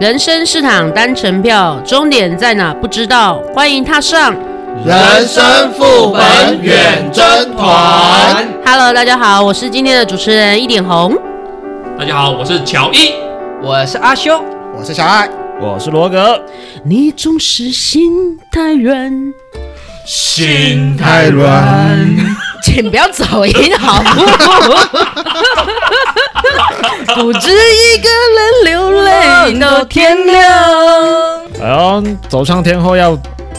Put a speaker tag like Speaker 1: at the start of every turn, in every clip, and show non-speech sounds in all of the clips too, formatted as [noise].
Speaker 1: 人生是场单程票，终点在哪不知道，欢迎踏上。
Speaker 2: 人生副本远征团，
Speaker 1: Hello，大家好，我是今天的主持人一点红。
Speaker 3: 大家好，我是乔伊。
Speaker 4: 我是阿修，
Speaker 2: 我是小爱，
Speaker 5: 我是罗格，
Speaker 1: 你总是心太软，
Speaker 3: 心
Speaker 2: 太软，
Speaker 1: [laughs] 请不要走音好 [laughs] 不好？不止一个人流泪到天 [laughs] 亮。
Speaker 5: 哎呦，走上天后要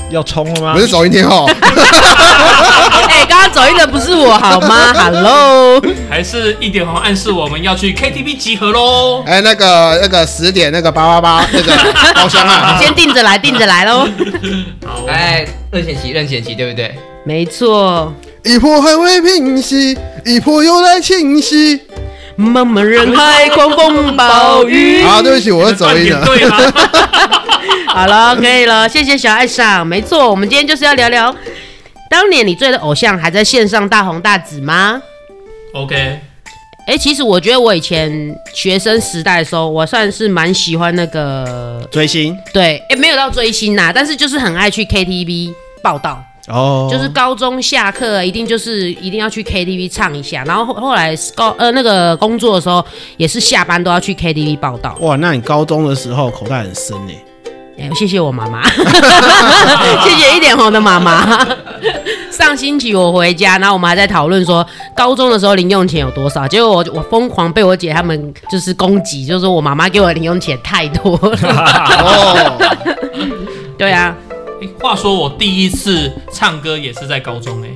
Speaker 5: 要冲了吗
Speaker 2: 不？是走音天 [laughs]
Speaker 6: 哦
Speaker 2: 后，
Speaker 1: 哎、刚刚走音的不是我好吗？Hello，
Speaker 3: 还是一点红暗示我们要去 KTV 集合喽。
Speaker 2: 哎，那个那个十点那个八八八那个包厢 [laughs] 啊，
Speaker 1: 先定着来，定着来喽。哦
Speaker 3: 好，
Speaker 4: 哎，任贤齐，任贤齐，对不对？
Speaker 1: 没错，
Speaker 2: 一波还未平息，一波又来侵 [laughs] 袭。
Speaker 1: 茫茫人海，狂风暴雨。
Speaker 2: 啊，对不起，我是走音
Speaker 3: 点
Speaker 2: 了。
Speaker 3: 对啊啦。
Speaker 1: [laughs] 好了，可以了，谢谢小爱上。没错，我们今天就是要聊聊，当年你追的偶像还在线上大红大紫吗？
Speaker 3: OK，
Speaker 1: 哎、其实我觉得我以前学生时代的时候，我算是蛮喜欢那个，
Speaker 5: 追星
Speaker 1: 对，哎、没有到追星呐、但是就是很爱去 KTV 报道。
Speaker 5: 哦，
Speaker 1: 就是高中下课一定就是一定要去 KTV 唱一下，然后后后来高呃那个工作的时候也是下班都要去 KTV 报道。
Speaker 6: 哇，那你高中的时候口袋很深呢、
Speaker 1: 哎、谢谢我妈妈，谢谢一点红的妈妈。上星期我回家，然后我们还在讨论说高中的时候零用钱有多少，结果我我疯狂被我姐他们就是攻击，就是说我妈妈给我的零用钱太多了。
Speaker 2: [laughs] 哦，
Speaker 1: 对啊，
Speaker 3: 哎话说我第一次唱歌也是在高中哎、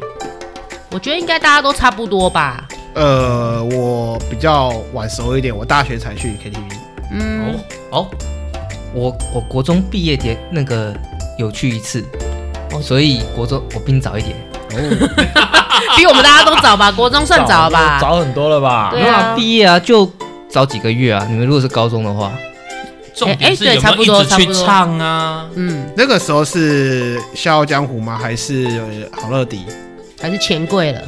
Speaker 1: 我觉得应该大家都差不多吧。
Speaker 6: 呃，我比较晚熟一点，我大学才去 KTV。
Speaker 1: 嗯，
Speaker 4: 哦，我我国中毕业节那个有去一次，
Speaker 1: 哦
Speaker 4: 所以国中我比你早一点。
Speaker 1: 比我们大家都早吧，国中算早吧。
Speaker 5: 早很多了吧？
Speaker 1: 对啊
Speaker 4: 那毕业啊就早几个月啊。你们如果是高中的话，
Speaker 3: 重点是
Speaker 1: 哎哎对
Speaker 3: 有
Speaker 1: 差
Speaker 3: 没
Speaker 1: 不
Speaker 3: 有
Speaker 1: 多
Speaker 3: 一直去唱啊？
Speaker 1: 嗯，
Speaker 6: 那个时候是《笑傲江湖》吗？还是呃好乐迪？
Speaker 1: 还是钱贵了。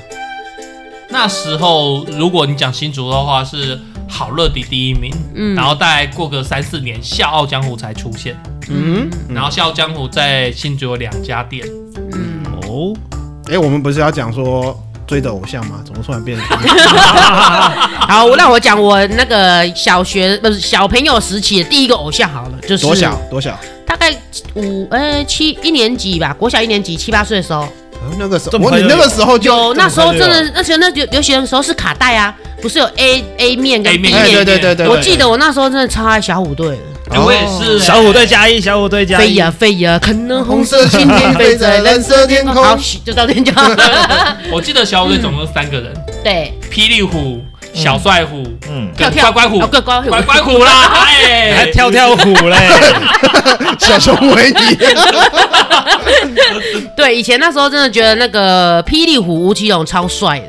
Speaker 3: 那时候如果你讲新竹的话是。好乐迪第一名，
Speaker 1: 嗯
Speaker 3: 然后大概过个三四年，《笑傲江湖》才出现，
Speaker 6: 嗯，
Speaker 3: 然后《笑傲江湖》在新竹有两家店，
Speaker 1: 嗯，
Speaker 6: 哦，哎、我们不是要讲说追的偶像吗？怎么突
Speaker 1: [laughs]
Speaker 6: 然变成
Speaker 1: 好，我让我讲我那个小学不是小朋友时期的第一个偶像好了，就是
Speaker 6: 多小多小？
Speaker 1: 大概五呃七一年级吧，国小一年级七八岁的时候，
Speaker 6: 呃那个时
Speaker 5: 这
Speaker 6: 候，
Speaker 5: 么
Speaker 6: 我
Speaker 5: 快
Speaker 6: 你
Speaker 5: 就
Speaker 6: 那个时候就
Speaker 1: 有那时候真
Speaker 5: 快
Speaker 1: 的，而且那流流行的时候是卡带啊，不是有 A A 面跟
Speaker 3: A
Speaker 1: B 面。
Speaker 3: 面跟
Speaker 6: 哎，对对对对，
Speaker 1: 我记得我那时候真的超爱小虎队的，
Speaker 2: 哦
Speaker 3: 哎我也是、
Speaker 5: 小虎队加一，小虎队加
Speaker 1: 飞
Speaker 5: 一，
Speaker 1: 呀飞呀，可能
Speaker 6: 红
Speaker 1: 红色
Speaker 6: 色蜻蜓飞在蓝色天空。
Speaker 1: 好，嘘就到这里就好。
Speaker 3: 我记得小虎队总共三个人，
Speaker 1: 对，
Speaker 3: 霹雳虎、小帅虎、
Speaker 5: 嗯，
Speaker 3: 跟
Speaker 1: 跳跳
Speaker 3: 乖乖虎
Speaker 1: 哦、乖乖虎，
Speaker 3: 乖乖虎啦，
Speaker 5: 还
Speaker 3: 哎，
Speaker 5: 跳跳虎嘞，
Speaker 2: 小熊维尼，
Speaker 1: 对，以前那时候真的觉得那个霹雳虎吴奇隆超帅的。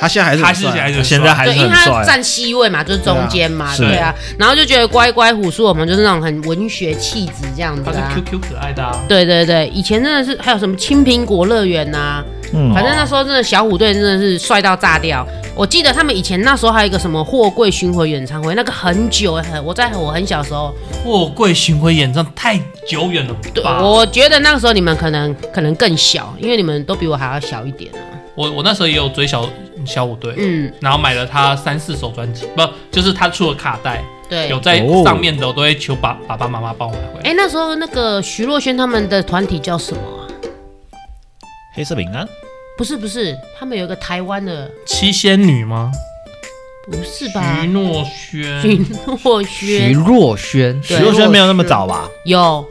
Speaker 6: 他现在还是
Speaker 3: 还
Speaker 6: 很
Speaker 3: 是
Speaker 6: 帅啊
Speaker 3: 还是
Speaker 5: 啊现在还
Speaker 1: 对，
Speaker 5: 是
Speaker 1: 因为
Speaker 5: 很
Speaker 1: 他
Speaker 5: 帅。
Speaker 1: 站 C 位嘛，就是中间嘛，
Speaker 5: 是
Speaker 1: 对啊，然后就觉得乖乖虎是我们就是那种很文学气质这样子
Speaker 3: 他是
Speaker 1: 啊。
Speaker 3: QQ 可爱的啊，
Speaker 1: 对对对，以前真的是还有什么青苹果乐园呐、
Speaker 5: 嗯
Speaker 1: 反正那时候真的小虎队真的是帅到炸掉。我记得他们以前那时候还有一个什么货柜巡回演唱会，那个很久很，我在我很小的时候，
Speaker 3: 货柜巡回演唱太久远了
Speaker 1: 对，
Speaker 3: 吧？我
Speaker 1: 我觉得那个时候你们可能可能更小，因为你们都比我还要小一点啊。
Speaker 3: 我我那时候也有追小小虎队，
Speaker 1: 嗯，
Speaker 3: 然后买了他三四首专辑，不就是他出了卡带，
Speaker 1: 对
Speaker 3: 有。在
Speaker 5: 哦
Speaker 3: 上面的我都会求爸爸爸妈妈帮我买回来。
Speaker 1: 哎、那时候那个徐若瑄他们的团体叫什么啊？
Speaker 5: 黑色饼干，
Speaker 1: 不是不是，他们有一个台湾的，
Speaker 3: 七仙女吗？
Speaker 1: 不是吧
Speaker 3: 徐？若
Speaker 1: [laughs] 徐若
Speaker 3: 瑄
Speaker 4: 徐
Speaker 1: 瑄
Speaker 4: 若瑄，
Speaker 5: 徐
Speaker 1: 对啊
Speaker 5: 若瑄没有那么早吧？
Speaker 1: 有，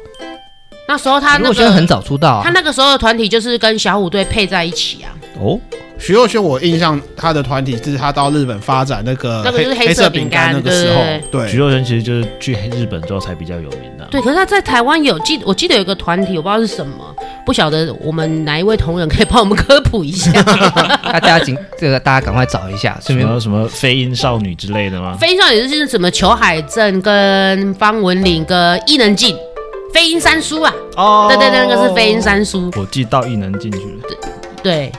Speaker 1: 那时候他
Speaker 4: 徐
Speaker 1: 那
Speaker 4: 若
Speaker 1: 个
Speaker 4: 瑄很早出道
Speaker 1: 他
Speaker 4: 啊。
Speaker 1: 那个时候的团体就是跟小虎队配在一起啊。
Speaker 5: 哦，
Speaker 6: 徐若瑄，我印象她的团体是她到日本发展那个
Speaker 1: 那个就是黑
Speaker 6: 黑
Speaker 1: 色
Speaker 6: 色
Speaker 1: 饼
Speaker 6: 饼
Speaker 1: 干
Speaker 6: 干那个时候
Speaker 1: 对，
Speaker 6: 对，
Speaker 5: 徐若瑄其实就是去日本之后才比较有名的。
Speaker 1: 对，可是他在台湾有记，我记得有个团体，我不知道是什么，不晓得我们哪一位同仁可以帮我们科普一
Speaker 4: [laughs]
Speaker 1: 下。
Speaker 4: 那大家请这个大家赶快找一下，
Speaker 5: 什
Speaker 4: 顺便
Speaker 5: 么什么飞鹰少女之类的吗？
Speaker 1: 飞鹰少女就是什么裘海正、跟方文琳、跟伊能静。飞鹰三叔啊，
Speaker 5: 哦
Speaker 1: 对对对，那个是飞鹰。三叔。
Speaker 5: 我记到异能进去了，
Speaker 1: 对，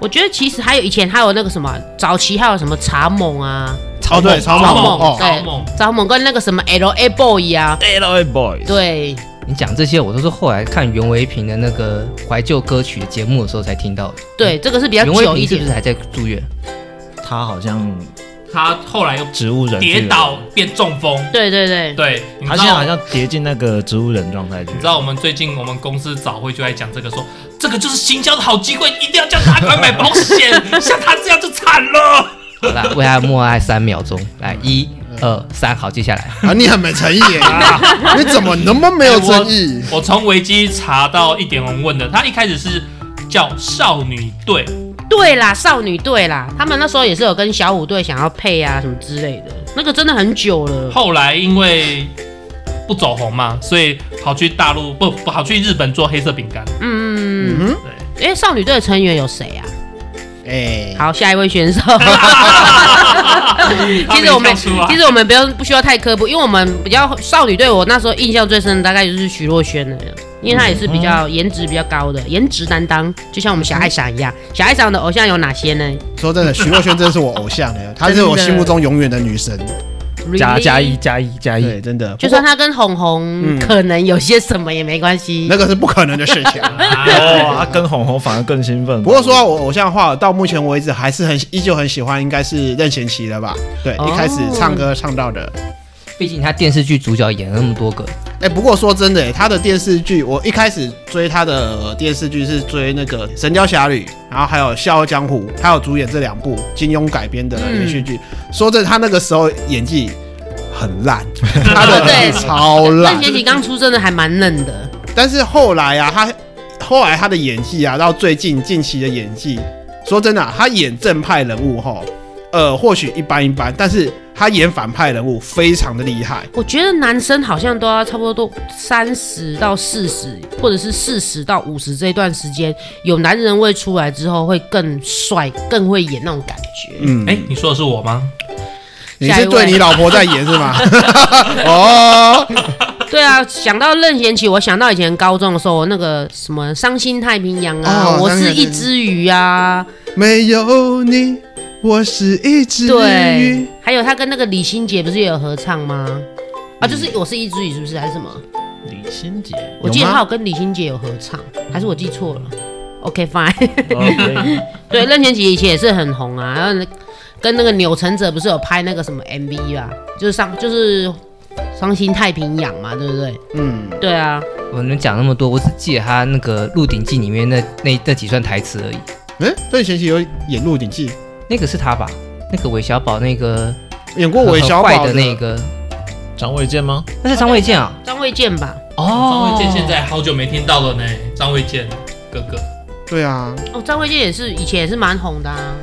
Speaker 1: 我觉得其实还有以前还有那个什么，早期还有什么茶猛啊，
Speaker 6: 哦对草
Speaker 3: 超
Speaker 1: 蜢
Speaker 3: 蜢，
Speaker 1: 对
Speaker 3: 草蜢，
Speaker 1: 张猛跟那个什么 L A Boy 啊，
Speaker 5: L A Boys，
Speaker 1: 对，
Speaker 4: 你讲这些，我都是后来看袁惟平的那个怀旧歌曲的节目的时候才听到的。
Speaker 1: 对，这个是比较
Speaker 4: 袁
Speaker 1: 久
Speaker 4: 惟
Speaker 1: 一
Speaker 4: 平是不
Speaker 1: 点
Speaker 4: 是。还在住院？
Speaker 5: 他好像
Speaker 3: 他后来又
Speaker 5: 植物人去了
Speaker 3: 跌倒，变中风，
Speaker 1: 对对对，
Speaker 3: 对，你
Speaker 5: 他
Speaker 3: 知
Speaker 5: 现在
Speaker 3: 道
Speaker 5: 好。像跌进那个植物人状态去
Speaker 3: 你知
Speaker 5: 了。
Speaker 3: 道我们最近我们公司早会就在讲这个说这个就是行销的好机会，一定要叫大家快买保
Speaker 5: [laughs]
Speaker 3: 险，像他这样就惨了。
Speaker 4: 好啦， [laughs] 为他默哀三秒钟，来一二三，好，接下来
Speaker 6: 啊，你很没诚意耶，你怎么那么没有诚意？
Speaker 3: 我从维基查到一点红问的，他一开始是叫少女队，
Speaker 1: 对啦，少女队啦，他们那时候也是有跟小虎队想要配啊什么之类的，那个真的很久了。
Speaker 3: 后来因为不走红嘛，所以跑去大陆不不跑去日本做黑色饼
Speaker 5: [laughs]
Speaker 3: 干。
Speaker 1: 嗯，
Speaker 6: 嗯，
Speaker 3: 对，
Speaker 1: 哎、少女队的成员有谁啊？
Speaker 6: 哎， [laughs]
Speaker 1: 好，下一位选手。
Speaker 3: 他
Speaker 1: [laughs] 其
Speaker 3: 没
Speaker 1: 实我们
Speaker 3: 跳出啊
Speaker 1: 其实我们不用不需要太科普，因为我们比较少女队，我那时候印象最深的大概就是徐若瑄了，因为她也是比较颜值比较高的颜值担当，就像我们小爱赏一样。小爱赏的偶像有哪些呢？
Speaker 6: 说真的，徐若瑄真的是我偶像的，她是我心目中永远的女神。
Speaker 5: 加
Speaker 1: Really？
Speaker 5: 加一加一加一，
Speaker 6: 对，真的，
Speaker 1: 就
Speaker 6: 不过
Speaker 1: 算她跟红红
Speaker 6: 嗯
Speaker 1: 可能有些什么也没关系。
Speaker 6: 那个是不可能的事情。啊
Speaker 5: 哦，他跟红红反而更兴奋。
Speaker 6: 不过说到我偶像化，到目前为止还是很依旧很喜欢，应该是任贤齐了吧？对，
Speaker 1: 哦
Speaker 6: 一开始唱歌唱到的。
Speaker 4: 毕竟他电视剧主角演了那么多个，
Speaker 6: 哎、不过说真的、他的电视剧，我一开始追他的电视剧是追那个《神雕侠侣》，然后还有《笑傲江湖》，还有主演这两部金庸改编的连续剧。说真的，他那个时候演技很烂，他的演技超烂
Speaker 1: 任。贤齐刚出生的还蛮嫩的，
Speaker 6: 但是后来啊，他后来他的演技啊，到最近近期的演技，说真的啊、他演正派人物哈，呃，或许一般一般，但是他演反派人物非常的厉害。
Speaker 1: 我觉得男生好像都要差不多都三十到四十，或者是四十到五十这段时间，有男人味出来之后，会更帅、更会演那种感觉。
Speaker 6: 嗯，
Speaker 3: [laughs] 哎、你说的是我吗？
Speaker 6: 你
Speaker 1: 下一
Speaker 6: 是
Speaker 1: 位
Speaker 6: 对你老婆在演是吗？ [laughs] 哦，
Speaker 1: 对啊，想到任贤齐，我想到以前高中的时候，那个什么《伤心太平洋》啊，
Speaker 6: 哦
Speaker 1: 我
Speaker 6: 伤
Speaker 1: 是
Speaker 6: 心
Speaker 1: 一只鱼啊，
Speaker 6: 没有你，我是一只
Speaker 1: 对
Speaker 6: 鱼。，
Speaker 1: 还有他跟那个李心洁不是也有合唱吗？
Speaker 6: 嗯
Speaker 1: 啊，就是我是一只鱼，是不是还是什么？
Speaker 5: 李心洁，
Speaker 1: 我记得
Speaker 6: 吗
Speaker 1: 他有跟李心洁有合唱，还是我记错了？OK fine。
Speaker 5: 哦可以
Speaker 1: 对，任贤齐以前也是很红啊，然后跟那个钮承泽不是有拍那个什么 MV 吧，就是上就是伤心太平洋嘛，对不对？
Speaker 6: 嗯，
Speaker 1: 对啊，
Speaker 4: 我能讲那么多，我只记得他那个《鹿鼎记》里面那那那几段台词而已。
Speaker 6: 嗯，任贤齐有演《鹿鼎记
Speaker 4: 那个是他吧？那个韦小宝那个》，
Speaker 6: 演过韦小
Speaker 4: 很
Speaker 6: 宝
Speaker 4: 坏 [laughs] 的那，个，
Speaker 5: 张卫健吗？
Speaker 4: 那是张卫健啊。
Speaker 1: 张卫健吧？
Speaker 4: 哦，
Speaker 3: 张卫健现在好久没听到了呢，张卫健哥哥。
Speaker 6: 对啊，
Speaker 1: 哦，张卫健也是以前也是蛮红的啊。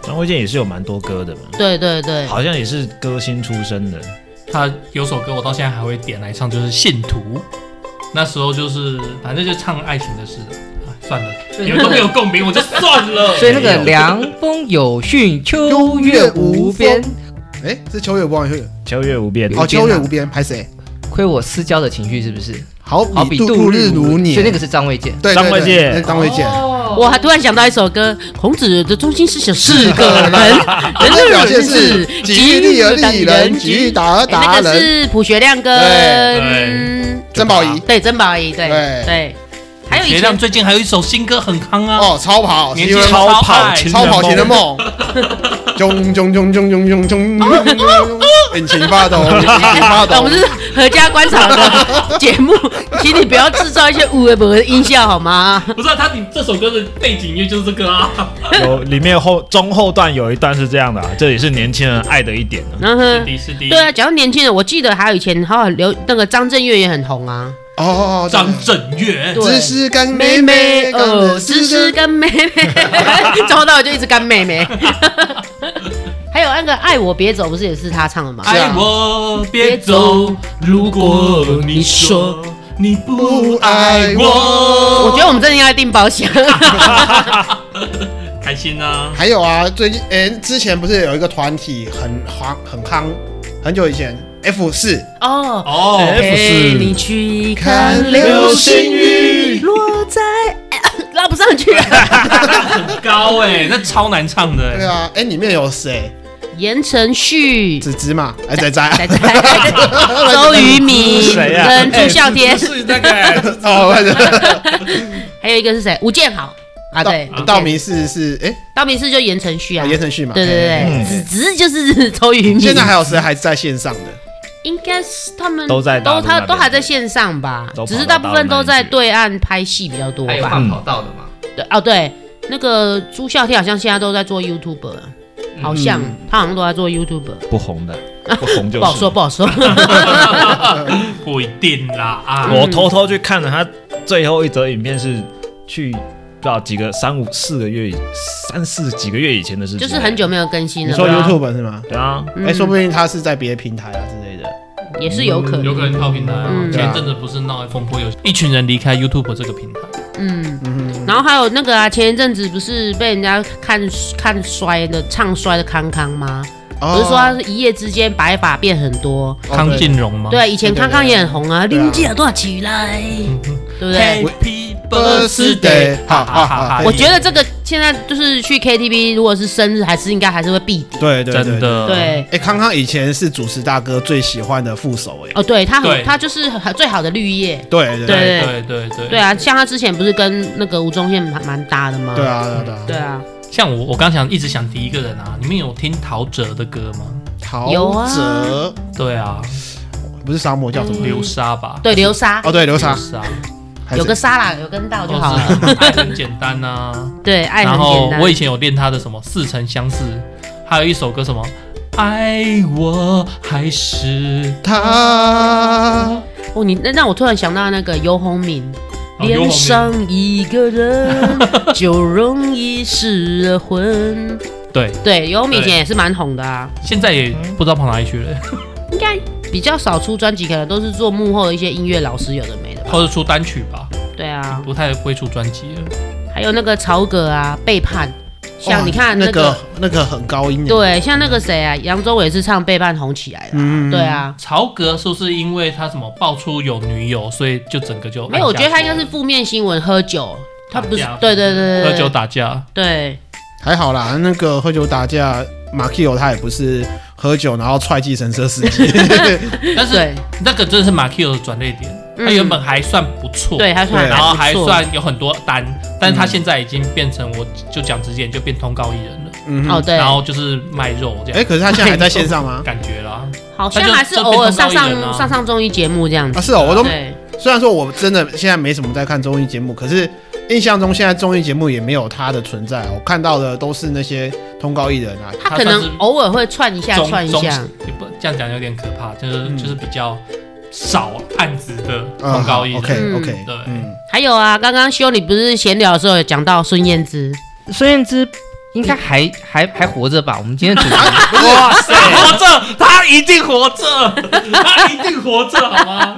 Speaker 5: 张卫健也是有蛮多歌的嘛，
Speaker 1: 对对对，
Speaker 5: 好像也是歌星出身的。
Speaker 3: 他有首歌我到现在还会点来唱，就是《信徒》。那时候就是反正就唱爱情的事的，啊，算了，你们都没有共鸣，我就算了。
Speaker 1: [laughs]
Speaker 3: 哎
Speaker 4: 所以那个凉风有讯，秋月无边，啊
Speaker 6: 哎、是秋月无边，秋月
Speaker 5: 秋月无边，
Speaker 6: 哦，秋月无边，拍谁？
Speaker 4: 亏我私交的情绪是不是？
Speaker 6: 好
Speaker 4: 好
Speaker 6: 比
Speaker 4: 比
Speaker 6: 度
Speaker 4: 度
Speaker 6: 日
Speaker 4: 日
Speaker 6: 如
Speaker 4: 如
Speaker 6: 年。
Speaker 4: 年，所以那个是张卫健。
Speaker 6: 对对对
Speaker 5: 张卫健
Speaker 6: 那是张卫健。
Speaker 1: 我还突然想到一首歌，孔子的中心思想是个
Speaker 6: [laughs]
Speaker 1: 人， [laughs] 人
Speaker 6: 他
Speaker 1: 的
Speaker 6: 表现是
Speaker 1: 是
Speaker 6: 吉利而利人，吉达而达
Speaker 1: 哎那个
Speaker 6: 人。
Speaker 1: 是朴学亮跟
Speaker 3: 对
Speaker 6: 郑宝仪
Speaker 1: 对曾宝仪，对
Speaker 6: 对
Speaker 1: 对，还有以
Speaker 3: 学
Speaker 1: 前
Speaker 3: 亮最近还有一首新歌很夯啊，
Speaker 6: 哦，超跑，
Speaker 3: 年
Speaker 6: 是
Speaker 3: 纪
Speaker 6: 因为
Speaker 3: 超
Speaker 5: 跑
Speaker 3: 跑
Speaker 5: 情
Speaker 6: 超跑前的梦。囧囧囧囧囧囧囧，引擎发动，引擎发
Speaker 1: 啊我
Speaker 6: 动
Speaker 1: 们。是合家观赏 [laughs] 的节目，请你不要制造一些无为不的音效好吗？
Speaker 3: 不是、啊、他，你这首歌的背景音乐就是这个啊。
Speaker 5: 有里面后中后段有一段是这样的、啊，这也是年轻人爱的一点
Speaker 6: [laughs]
Speaker 5: 啊。
Speaker 1: 然后
Speaker 3: 迪士迪，
Speaker 1: 对啊，讲到年轻人，我记得还有以前还有刘那个张震岳也很红啊，
Speaker 6: 哦哦，
Speaker 3: 张震岳，
Speaker 1: 对
Speaker 6: 只是干妹
Speaker 1: 妹
Speaker 6: 妹
Speaker 1: 妹
Speaker 6: 干
Speaker 1: 哦，
Speaker 6: 的
Speaker 1: 只
Speaker 6: 是
Speaker 1: 是干妹 [laughs] 妹，从头到尾就一直干妹 [laughs] 妹。还有那个《爱我别走》不是也是他唱的吗？
Speaker 6: 是
Speaker 3: 爱
Speaker 6: 啊
Speaker 3: 我别走，如果你说你不爱我，
Speaker 1: 我觉得我们真的应该订包厢。
Speaker 3: 开心啊。
Speaker 6: 还有啊，最近哎、之前不是有一个团体很夯很夯，很久以前 F 四
Speaker 1: [laughs] 哦，
Speaker 3: 哦，
Speaker 1: 陪你去看
Speaker 6: 流
Speaker 1: 流
Speaker 6: 星
Speaker 1: 星
Speaker 6: 雨
Speaker 1: 雨落在，拉不 [laughs] 上去了。
Speaker 3: 高哎、那超难唱的、
Speaker 6: 啊对啊，哎、里面有谁？
Speaker 1: 言承旭、
Speaker 6: 子子嘛，哎仔仔，
Speaker 1: 仔
Speaker 6: [laughs]
Speaker 1: 仔周渝民
Speaker 5: 是
Speaker 6: 啊
Speaker 5: 谁呀哎
Speaker 1: 跟朱孝天，
Speaker 3: 是
Speaker 6: [laughs]
Speaker 3: 那个
Speaker 6: 哦，我
Speaker 1: 还有一个是谁？吴建豪啊，对，
Speaker 6: 道道明寺是哎，
Speaker 1: 道明寺就言承旭啊，
Speaker 6: 言承旭嘛，
Speaker 1: 对对对，
Speaker 5: 嗯
Speaker 1: 子子就是周渝民，
Speaker 6: 现在还有谁还在线上的？
Speaker 1: 应该是他们
Speaker 5: 都在大
Speaker 1: 都
Speaker 5: 陆那
Speaker 1: 他
Speaker 5: 边
Speaker 1: 都还在线上吧
Speaker 5: 都，跑
Speaker 1: 只是
Speaker 5: 到
Speaker 1: 大部分
Speaker 5: 大陆
Speaker 1: 都
Speaker 5: 那边
Speaker 1: 在
Speaker 5: 去
Speaker 1: 对岸拍戏比较多
Speaker 4: 还有
Speaker 1: 吧。
Speaker 4: 换跑道的嘛？
Speaker 1: 对哦对，那个朱孝天好像现在都在做 YouTube，好像他好像都在做 YouTube，
Speaker 5: 不红的，不红就
Speaker 1: 不好
Speaker 5: 是
Speaker 1: 说。不好说。
Speaker 3: 不一定啦啊，
Speaker 5: 我偷偷去看了他最后一则影片，是去不知道几个三五四个月以三四几个月以前的事情，
Speaker 1: 就是很久没有更新
Speaker 6: 你
Speaker 1: 了。
Speaker 6: 说
Speaker 1: 对啊
Speaker 6: YouTube 是吗？
Speaker 5: 对啊，
Speaker 1: 嗯
Speaker 6: 哎，说不定他是在别的平台啊之类的。
Speaker 1: 也是有可能，
Speaker 3: 有可能跳平台啊
Speaker 1: 嗯。
Speaker 3: 前阵子不是闹风波，有一群人离开 YouTube 这个平台，
Speaker 1: 嗯。
Speaker 6: 嗯，
Speaker 1: 然后还有那个啊，前一阵子不是被人家看看衰的唱衰的康康吗？
Speaker 6: 哦
Speaker 1: 不是说他是一夜之间白发变很多？
Speaker 6: 哦
Speaker 3: 康
Speaker 6: 对
Speaker 3: 靖荣吗？
Speaker 1: 对，以前康康也很红啊，
Speaker 6: 对啊
Speaker 1: 林姐多起来，
Speaker 3: 嗯哼
Speaker 1: 对不对？
Speaker 3: ，Happy
Speaker 6: Birthday，哈哈哈
Speaker 1: 我觉得这个现在就是去 KTV，如果是生日，还是应该还是会必点。
Speaker 6: 对对对
Speaker 3: 真。的，
Speaker 1: 对，
Speaker 6: 哎，康康以前是主持大哥最喜欢的副手，哎，
Speaker 1: 哦，对他
Speaker 3: 对
Speaker 1: 很，他就是很最好的绿叶。
Speaker 6: 对对对
Speaker 1: 对
Speaker 3: 对对对
Speaker 1: 对啊，像他之前不是跟那个吴宗宪蛮蛮搭的吗？
Speaker 6: 对，啊对啊
Speaker 1: 对啊，
Speaker 3: 像我，我刚想一直想提一个人啊，你们有听陶喆的歌吗？
Speaker 6: 陶
Speaker 1: 有啊嗯
Speaker 6: 喆
Speaker 3: 对啊，
Speaker 6: 不是沙漠叫什么？
Speaker 3: 流沙吧，
Speaker 1: 对流沙
Speaker 6: 哦，对，流沙
Speaker 3: 流沙，
Speaker 6: 还是
Speaker 1: 有个沙啦，有跟到就好了。
Speaker 3: 哦都是爱很简单啊。
Speaker 1: 对，爱
Speaker 3: 然
Speaker 1: 很
Speaker 3: 后
Speaker 1: 简单。
Speaker 3: 我以前有练他的什么似曾相识，还有一首歌什么爱我还是
Speaker 6: 他
Speaker 1: 哦，你那让我突然想到那个游鸿明，
Speaker 3: 哦游鸿
Speaker 1: 恋
Speaker 3: 明
Speaker 1: 上一个
Speaker 3: [laughs]
Speaker 1: 人就容易失了魂。
Speaker 3: 对，
Speaker 1: 对，游鸿明以
Speaker 3: 对
Speaker 1: 前也是蛮红的啊，
Speaker 3: 现在也不知道跑哪里去了，
Speaker 1: 应该比较少出专辑，可能都是做幕后的一些音乐老师有的没的吧。
Speaker 3: 或者出单曲吧，
Speaker 1: 对啊，
Speaker 3: 不太会出专辑了。还
Speaker 1: 还有那个曹格啊，背叛，
Speaker 3: 哦
Speaker 1: 像你看
Speaker 6: 那
Speaker 1: 那
Speaker 6: 个那个很高音，，
Speaker 1: 对，像那个谁啊，杨宗纬是唱背叛红起来的啊、
Speaker 6: 嗯
Speaker 1: 对，啊。
Speaker 3: 曹格是不是因为他什么爆出有女友，所以就整个就
Speaker 1: 没有，我觉得他
Speaker 3: 按
Speaker 1: 应
Speaker 3: 下
Speaker 1: 该
Speaker 3: 去
Speaker 1: 是呃负面新闻，喝酒，他不是
Speaker 3: 打架，
Speaker 1: 对对对对对，
Speaker 3: 喝酒打架，
Speaker 1: 对，
Speaker 6: 还好啦。那个喝酒打架，马 Q 他也不是喝酒然后踹计程车司机，
Speaker 3: 但是
Speaker 1: 对，
Speaker 3: 那个真的是马 Q 的转捩点，他
Speaker 1: 嗯
Speaker 3: 原本还算不错，
Speaker 1: 对，他算
Speaker 6: 对
Speaker 1: 还
Speaker 3: 然后
Speaker 1: 不
Speaker 3: 还
Speaker 1: 错
Speaker 3: 算有很多单，但是他现在已经变成我就讲直接点就变通告艺人了，
Speaker 6: 嗯
Speaker 1: 哦，
Speaker 6: 哼，
Speaker 1: 对，哎
Speaker 3: 然后就是卖肉这
Speaker 6: 哎，
Speaker 3: 样
Speaker 6: 可是他现在还在线上吗？
Speaker 3: 感觉啦，
Speaker 1: 好像
Speaker 3: 那就
Speaker 1: 还是
Speaker 3: 就
Speaker 1: 偶尔上
Speaker 3: 变通告艺人
Speaker 1: 上
Speaker 3: 啊
Speaker 1: 上上综艺节目这样
Speaker 6: 啊，
Speaker 1: 子。
Speaker 6: 是哦，我都
Speaker 1: 对，
Speaker 6: 虽然说我真的现在没什么在看综艺节目，可是印象中现在综艺节目也没有他的存在，我看到的都是那些通告艺人啊，
Speaker 1: 他
Speaker 3: 他
Speaker 1: 可
Speaker 3: 算
Speaker 1: 能
Speaker 3: 是
Speaker 1: 偶尔会串一下
Speaker 3: 中
Speaker 1: 串一
Speaker 3: 中
Speaker 1: 下，
Speaker 3: 也不这样讲有点可怕，就是、
Speaker 6: 嗯
Speaker 3: 就是比较少案子的通告艺人。
Speaker 6: OK OK，
Speaker 3: 对
Speaker 6: 嗯，
Speaker 1: 还有啊，刚刚修你不是闲聊的时候有讲到孙燕姿，
Speaker 4: 嗯孙燕姿应该还还还活着吧？我们今天主题
Speaker 3: 哇塞，活着，他一定活着， [laughs] 他一定活着，好吗？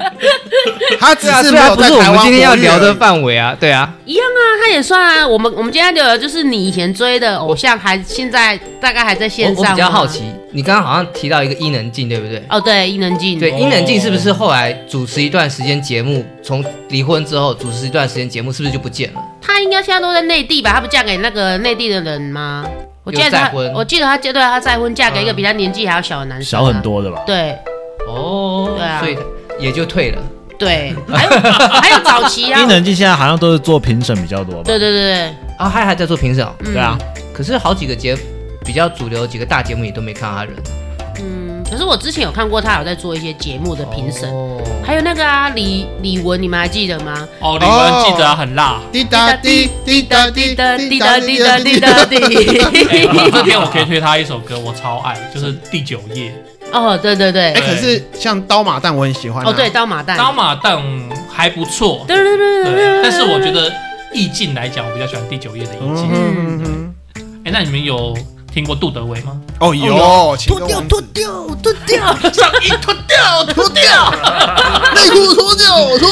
Speaker 6: 他只
Speaker 4: 对啊，
Speaker 6: 是
Speaker 4: 虽
Speaker 6: 没有
Speaker 4: 然不
Speaker 6: 在
Speaker 4: 是
Speaker 6: 台
Speaker 4: 我
Speaker 6: 湾
Speaker 4: 们今天要
Speaker 6: 活跃
Speaker 4: 聊
Speaker 6: 而
Speaker 4: 的
Speaker 6: 已
Speaker 4: 范围啊，对啊，
Speaker 1: 那她也算啊。我们我们今天聊的就是你以前追的偶像，还现在大概还在线
Speaker 4: 我
Speaker 1: 上。
Speaker 4: 我比较好。奇，你刚刚好像提到一个伊能静，对不对？
Speaker 1: 哦，对，伊能静。
Speaker 4: 对，
Speaker 3: 哦
Speaker 4: 伊能静是不是后来主持一段时间节目？从离婚之后主持一段时间节目，是不是就不见了？
Speaker 1: 她应该现在都在内地吧？她不嫁给那个内地的人吗？我记得
Speaker 4: 有再
Speaker 1: 她，
Speaker 4: 婚
Speaker 1: 我记得她嫁对啊她再婚，嫁给一个比她年纪还要小的男生、啊
Speaker 5: 小很。多的吧？
Speaker 1: 对
Speaker 4: 哦
Speaker 1: 对啊
Speaker 4: 所以也就退了。
Speaker 1: 对，还有还有早期啊
Speaker 5: 伊，能静现在好像都是做评审比较多吧
Speaker 1: 对对？对对，
Speaker 4: 啊，还还在做评审哦，
Speaker 1: 嗯
Speaker 5: 对啊，
Speaker 4: 可是好几个节比较主流几个大节目也都没看到他人。
Speaker 1: 嗯，可是我之前有看过他有在做一些节目的评审，
Speaker 4: 哦
Speaker 1: 还有那个啊李李玟，你们还记得吗？
Speaker 3: 哦，李玟记得啊很辣。
Speaker 6: 滴答滴滴答滴答滴答滴答滴答。
Speaker 1: 答滴
Speaker 3: 哎这边我可以推他一首歌，我超爱，就是第九页。
Speaker 1: [laughs] 哦，对对对
Speaker 6: 哎，，可是像刀马旦我很喜欢啊。
Speaker 1: 哦对，刀马旦。
Speaker 3: 刀马旦还不错，
Speaker 1: 噔噔噔噔
Speaker 3: 对，但是我觉得意境来讲，我比较喜欢第九页的意境。
Speaker 1: 嗯
Speaker 6: 嗯嗯
Speaker 3: 哎，那你们有听过杜德伟吗？
Speaker 6: 哦有，脱掉脱掉
Speaker 3: 上一脱掉，
Speaker 6: 脱掉，内裤脱掉脱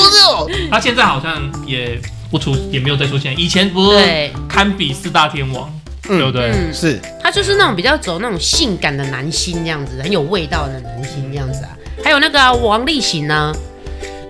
Speaker 6: 掉。
Speaker 3: 他现在好像也不出，也没有再出现。以前不是
Speaker 1: 对，
Speaker 3: 堪比四大天王，
Speaker 6: 嗯
Speaker 3: 对不对？
Speaker 1: 嗯，
Speaker 6: 是
Speaker 1: 他就是那种比较走那种性感的男星这样子，很有味道的男星这样子啊。还有那个啊王力行呢，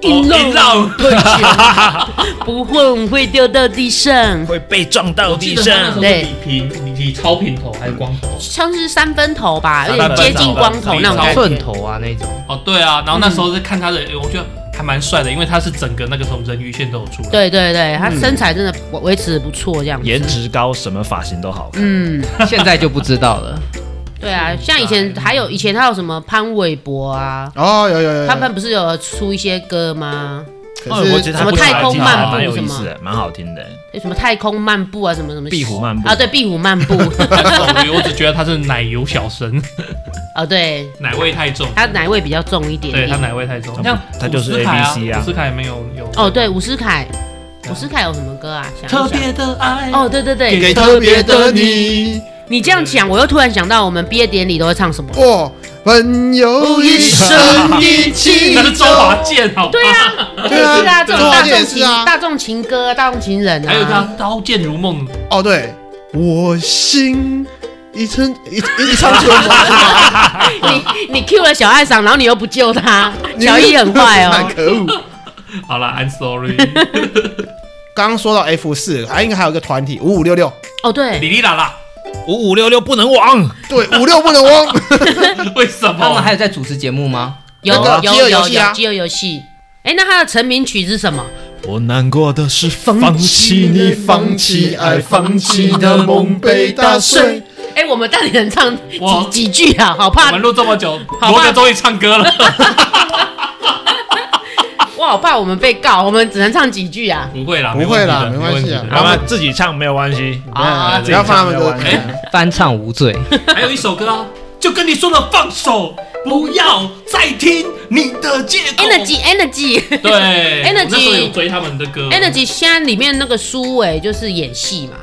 Speaker 1: 硬
Speaker 3: 哦硬浪
Speaker 1: 会久， [laughs] 不混会掉到地上。
Speaker 5: 会被撞到
Speaker 3: 我记得
Speaker 5: 地
Speaker 3: 他那时
Speaker 5: 上
Speaker 3: 候。是理平，理理超平头还是光头？
Speaker 1: 像是三分头吧，有点
Speaker 5: 三分头
Speaker 1: 接近光头那种感
Speaker 4: 寸
Speaker 1: 觉。
Speaker 4: 头啊那种，
Speaker 3: 哦，对啊，然后那时候是看他的，哎我觉得还蛮帅的，因为他是整个那个什么人鱼线都有出来。
Speaker 1: 对对对，他身材真的维维持得不错，这样子。
Speaker 5: 颜值高，什么发型都好看。
Speaker 1: 嗯，
Speaker 4: 现在就不知道了。
Speaker 1: 对啊，像以前还有以前他有什么潘玮柏啊，
Speaker 6: 哦，有有有有，
Speaker 1: 他们不是有出一些歌吗？
Speaker 6: 可
Speaker 5: 哎我
Speaker 6: 是
Speaker 5: 觉
Speaker 1: 什
Speaker 5: 得他
Speaker 1: 么
Speaker 5: 不
Speaker 1: 太空
Speaker 5: 其实
Speaker 1: 漫
Speaker 5: 还
Speaker 1: 步
Speaker 5: 啊蛮有
Speaker 1: 什
Speaker 5: 意
Speaker 1: 么
Speaker 5: 思的，蛮好听的。
Speaker 1: 有什么太空漫步啊，什么什么
Speaker 5: 壁虎漫步
Speaker 1: 啊，对，壁虎漫步 [laughs]
Speaker 3: 手鱼，我只觉得他是奶油小神，
Speaker 1: 啊，对，
Speaker 3: 奶味太重。
Speaker 1: 他奶味比较重一点
Speaker 3: 对
Speaker 1: 点。
Speaker 3: 他奶味太重，像
Speaker 5: 他就是
Speaker 3: 伍思凯
Speaker 5: ABC 啊
Speaker 3: 伍思凯也没有有
Speaker 1: 哦，对，伍思凯，伍思凯有什么歌啊？想一想
Speaker 3: 特别的爱
Speaker 1: 哦，对对对，
Speaker 6: 给特别的你，
Speaker 1: 你这样讲，我又突然想到我们毕业典礼都会唱什么。
Speaker 6: 哦我朋友一生一起
Speaker 3: 那是周
Speaker 6: 走。
Speaker 3: 华健，好吧？
Speaker 1: 对啊，
Speaker 6: 对啊
Speaker 1: 是啊，这种
Speaker 6: 对啊
Speaker 1: 大
Speaker 6: 这也
Speaker 1: 众
Speaker 6: 是
Speaker 1: 情、
Speaker 6: 啊
Speaker 1: 大众情歌、大众情人啊，
Speaker 3: 还有他刀剑如梦，
Speaker 6: 哦，对，我心一撑一一一唱出来 [laughs]
Speaker 1: [laughs] 你你 Q 了小爱上，然后你又不救他，
Speaker 6: [laughs] 你
Speaker 1: 小易很坏哦。
Speaker 6: 可恶！
Speaker 3: 好了，I'm sorry，
Speaker 6: 刚刚说到 F 四，还应该还有一个团体五五六六，
Speaker 1: 哦，对，
Speaker 3: 李丽啦啦，
Speaker 5: 五五六六不能忘，
Speaker 6: 对，五六不能忘。
Speaker 3: 为什
Speaker 1: 哦
Speaker 3: 么？
Speaker 4: 他们还有在主持节目吗？
Speaker 1: 有
Speaker 6: 那个
Speaker 1: 有
Speaker 6: 饥
Speaker 1: 有
Speaker 6: 饿游
Speaker 1: 有
Speaker 6: 戏啊
Speaker 1: 有饥饿游戏。哎，那他的成名曲是什么？
Speaker 5: 我难过的是放弃你，放弃爱，放弃的梦被打碎。。
Speaker 1: 哎，我们到底能唱
Speaker 3: 哇
Speaker 1: 几几句啊？好
Speaker 3: 我
Speaker 1: 怕
Speaker 3: 们，录这么久，
Speaker 1: 好吧
Speaker 3: 罗哥终于唱歌了。
Speaker 1: 我好怕我们被告，我们只能唱几句啊。
Speaker 3: 不会啦，
Speaker 6: 不会啦
Speaker 3: 没
Speaker 6: 没
Speaker 3: 问
Speaker 6: 关
Speaker 3: 题
Speaker 6: 系
Speaker 3: 的
Speaker 6: 啊
Speaker 5: 他
Speaker 3: 没问
Speaker 5: 们自己唱没有关系，
Speaker 1: 啊
Speaker 6: 不要放他们歌。
Speaker 5: 哎
Speaker 4: 翻唱无罪，
Speaker 3: 题的。还有一首歌啊，就跟你说了，放手，不要再听你的借口。
Speaker 1: Energy Energy
Speaker 3: 对
Speaker 1: Energy
Speaker 3: 我那时候有追他们的歌。
Speaker 1: [laughs] Energy，现在里面那个苏伟就是演戏嘛，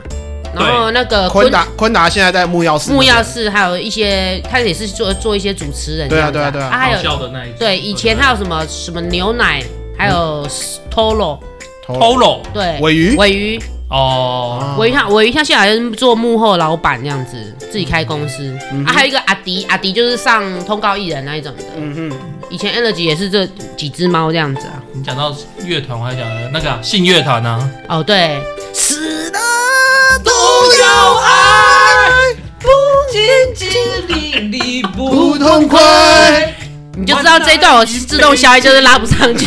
Speaker 1: 然后那个
Speaker 6: 哎昆达昆达现在在木曜寺，
Speaker 1: 木曜寺还有一些，他也是做做一些主持人这
Speaker 6: 对
Speaker 1: 样
Speaker 6: 啊
Speaker 1: 子、
Speaker 6: 对啊对啊
Speaker 1: 还
Speaker 3: 好
Speaker 1: 有
Speaker 3: 笑的那一种
Speaker 1: 对以前还有什么什么牛奶，还有 Toro，
Speaker 6: 头
Speaker 3: Polo
Speaker 1: 对，
Speaker 6: 尾鱼，
Speaker 1: 尾鱼，
Speaker 3: 哦，
Speaker 1: 尾鱼他尾鱼他现在还是做幕后老板这样子，自己开公司。啊，还有一个阿迪，阿迪就是上通告艺人那一种的。
Speaker 6: 嗯哼，
Speaker 1: 以前 Energy 也是这几只猫这样子啊。
Speaker 3: 你讲到乐团，我还讲了那个啊信乐团啊，
Speaker 1: 哦，对，
Speaker 2: 死了都要爱，
Speaker 6: 不痛快。
Speaker 1: 你就知道这一段我自动消音，就是拉不上去。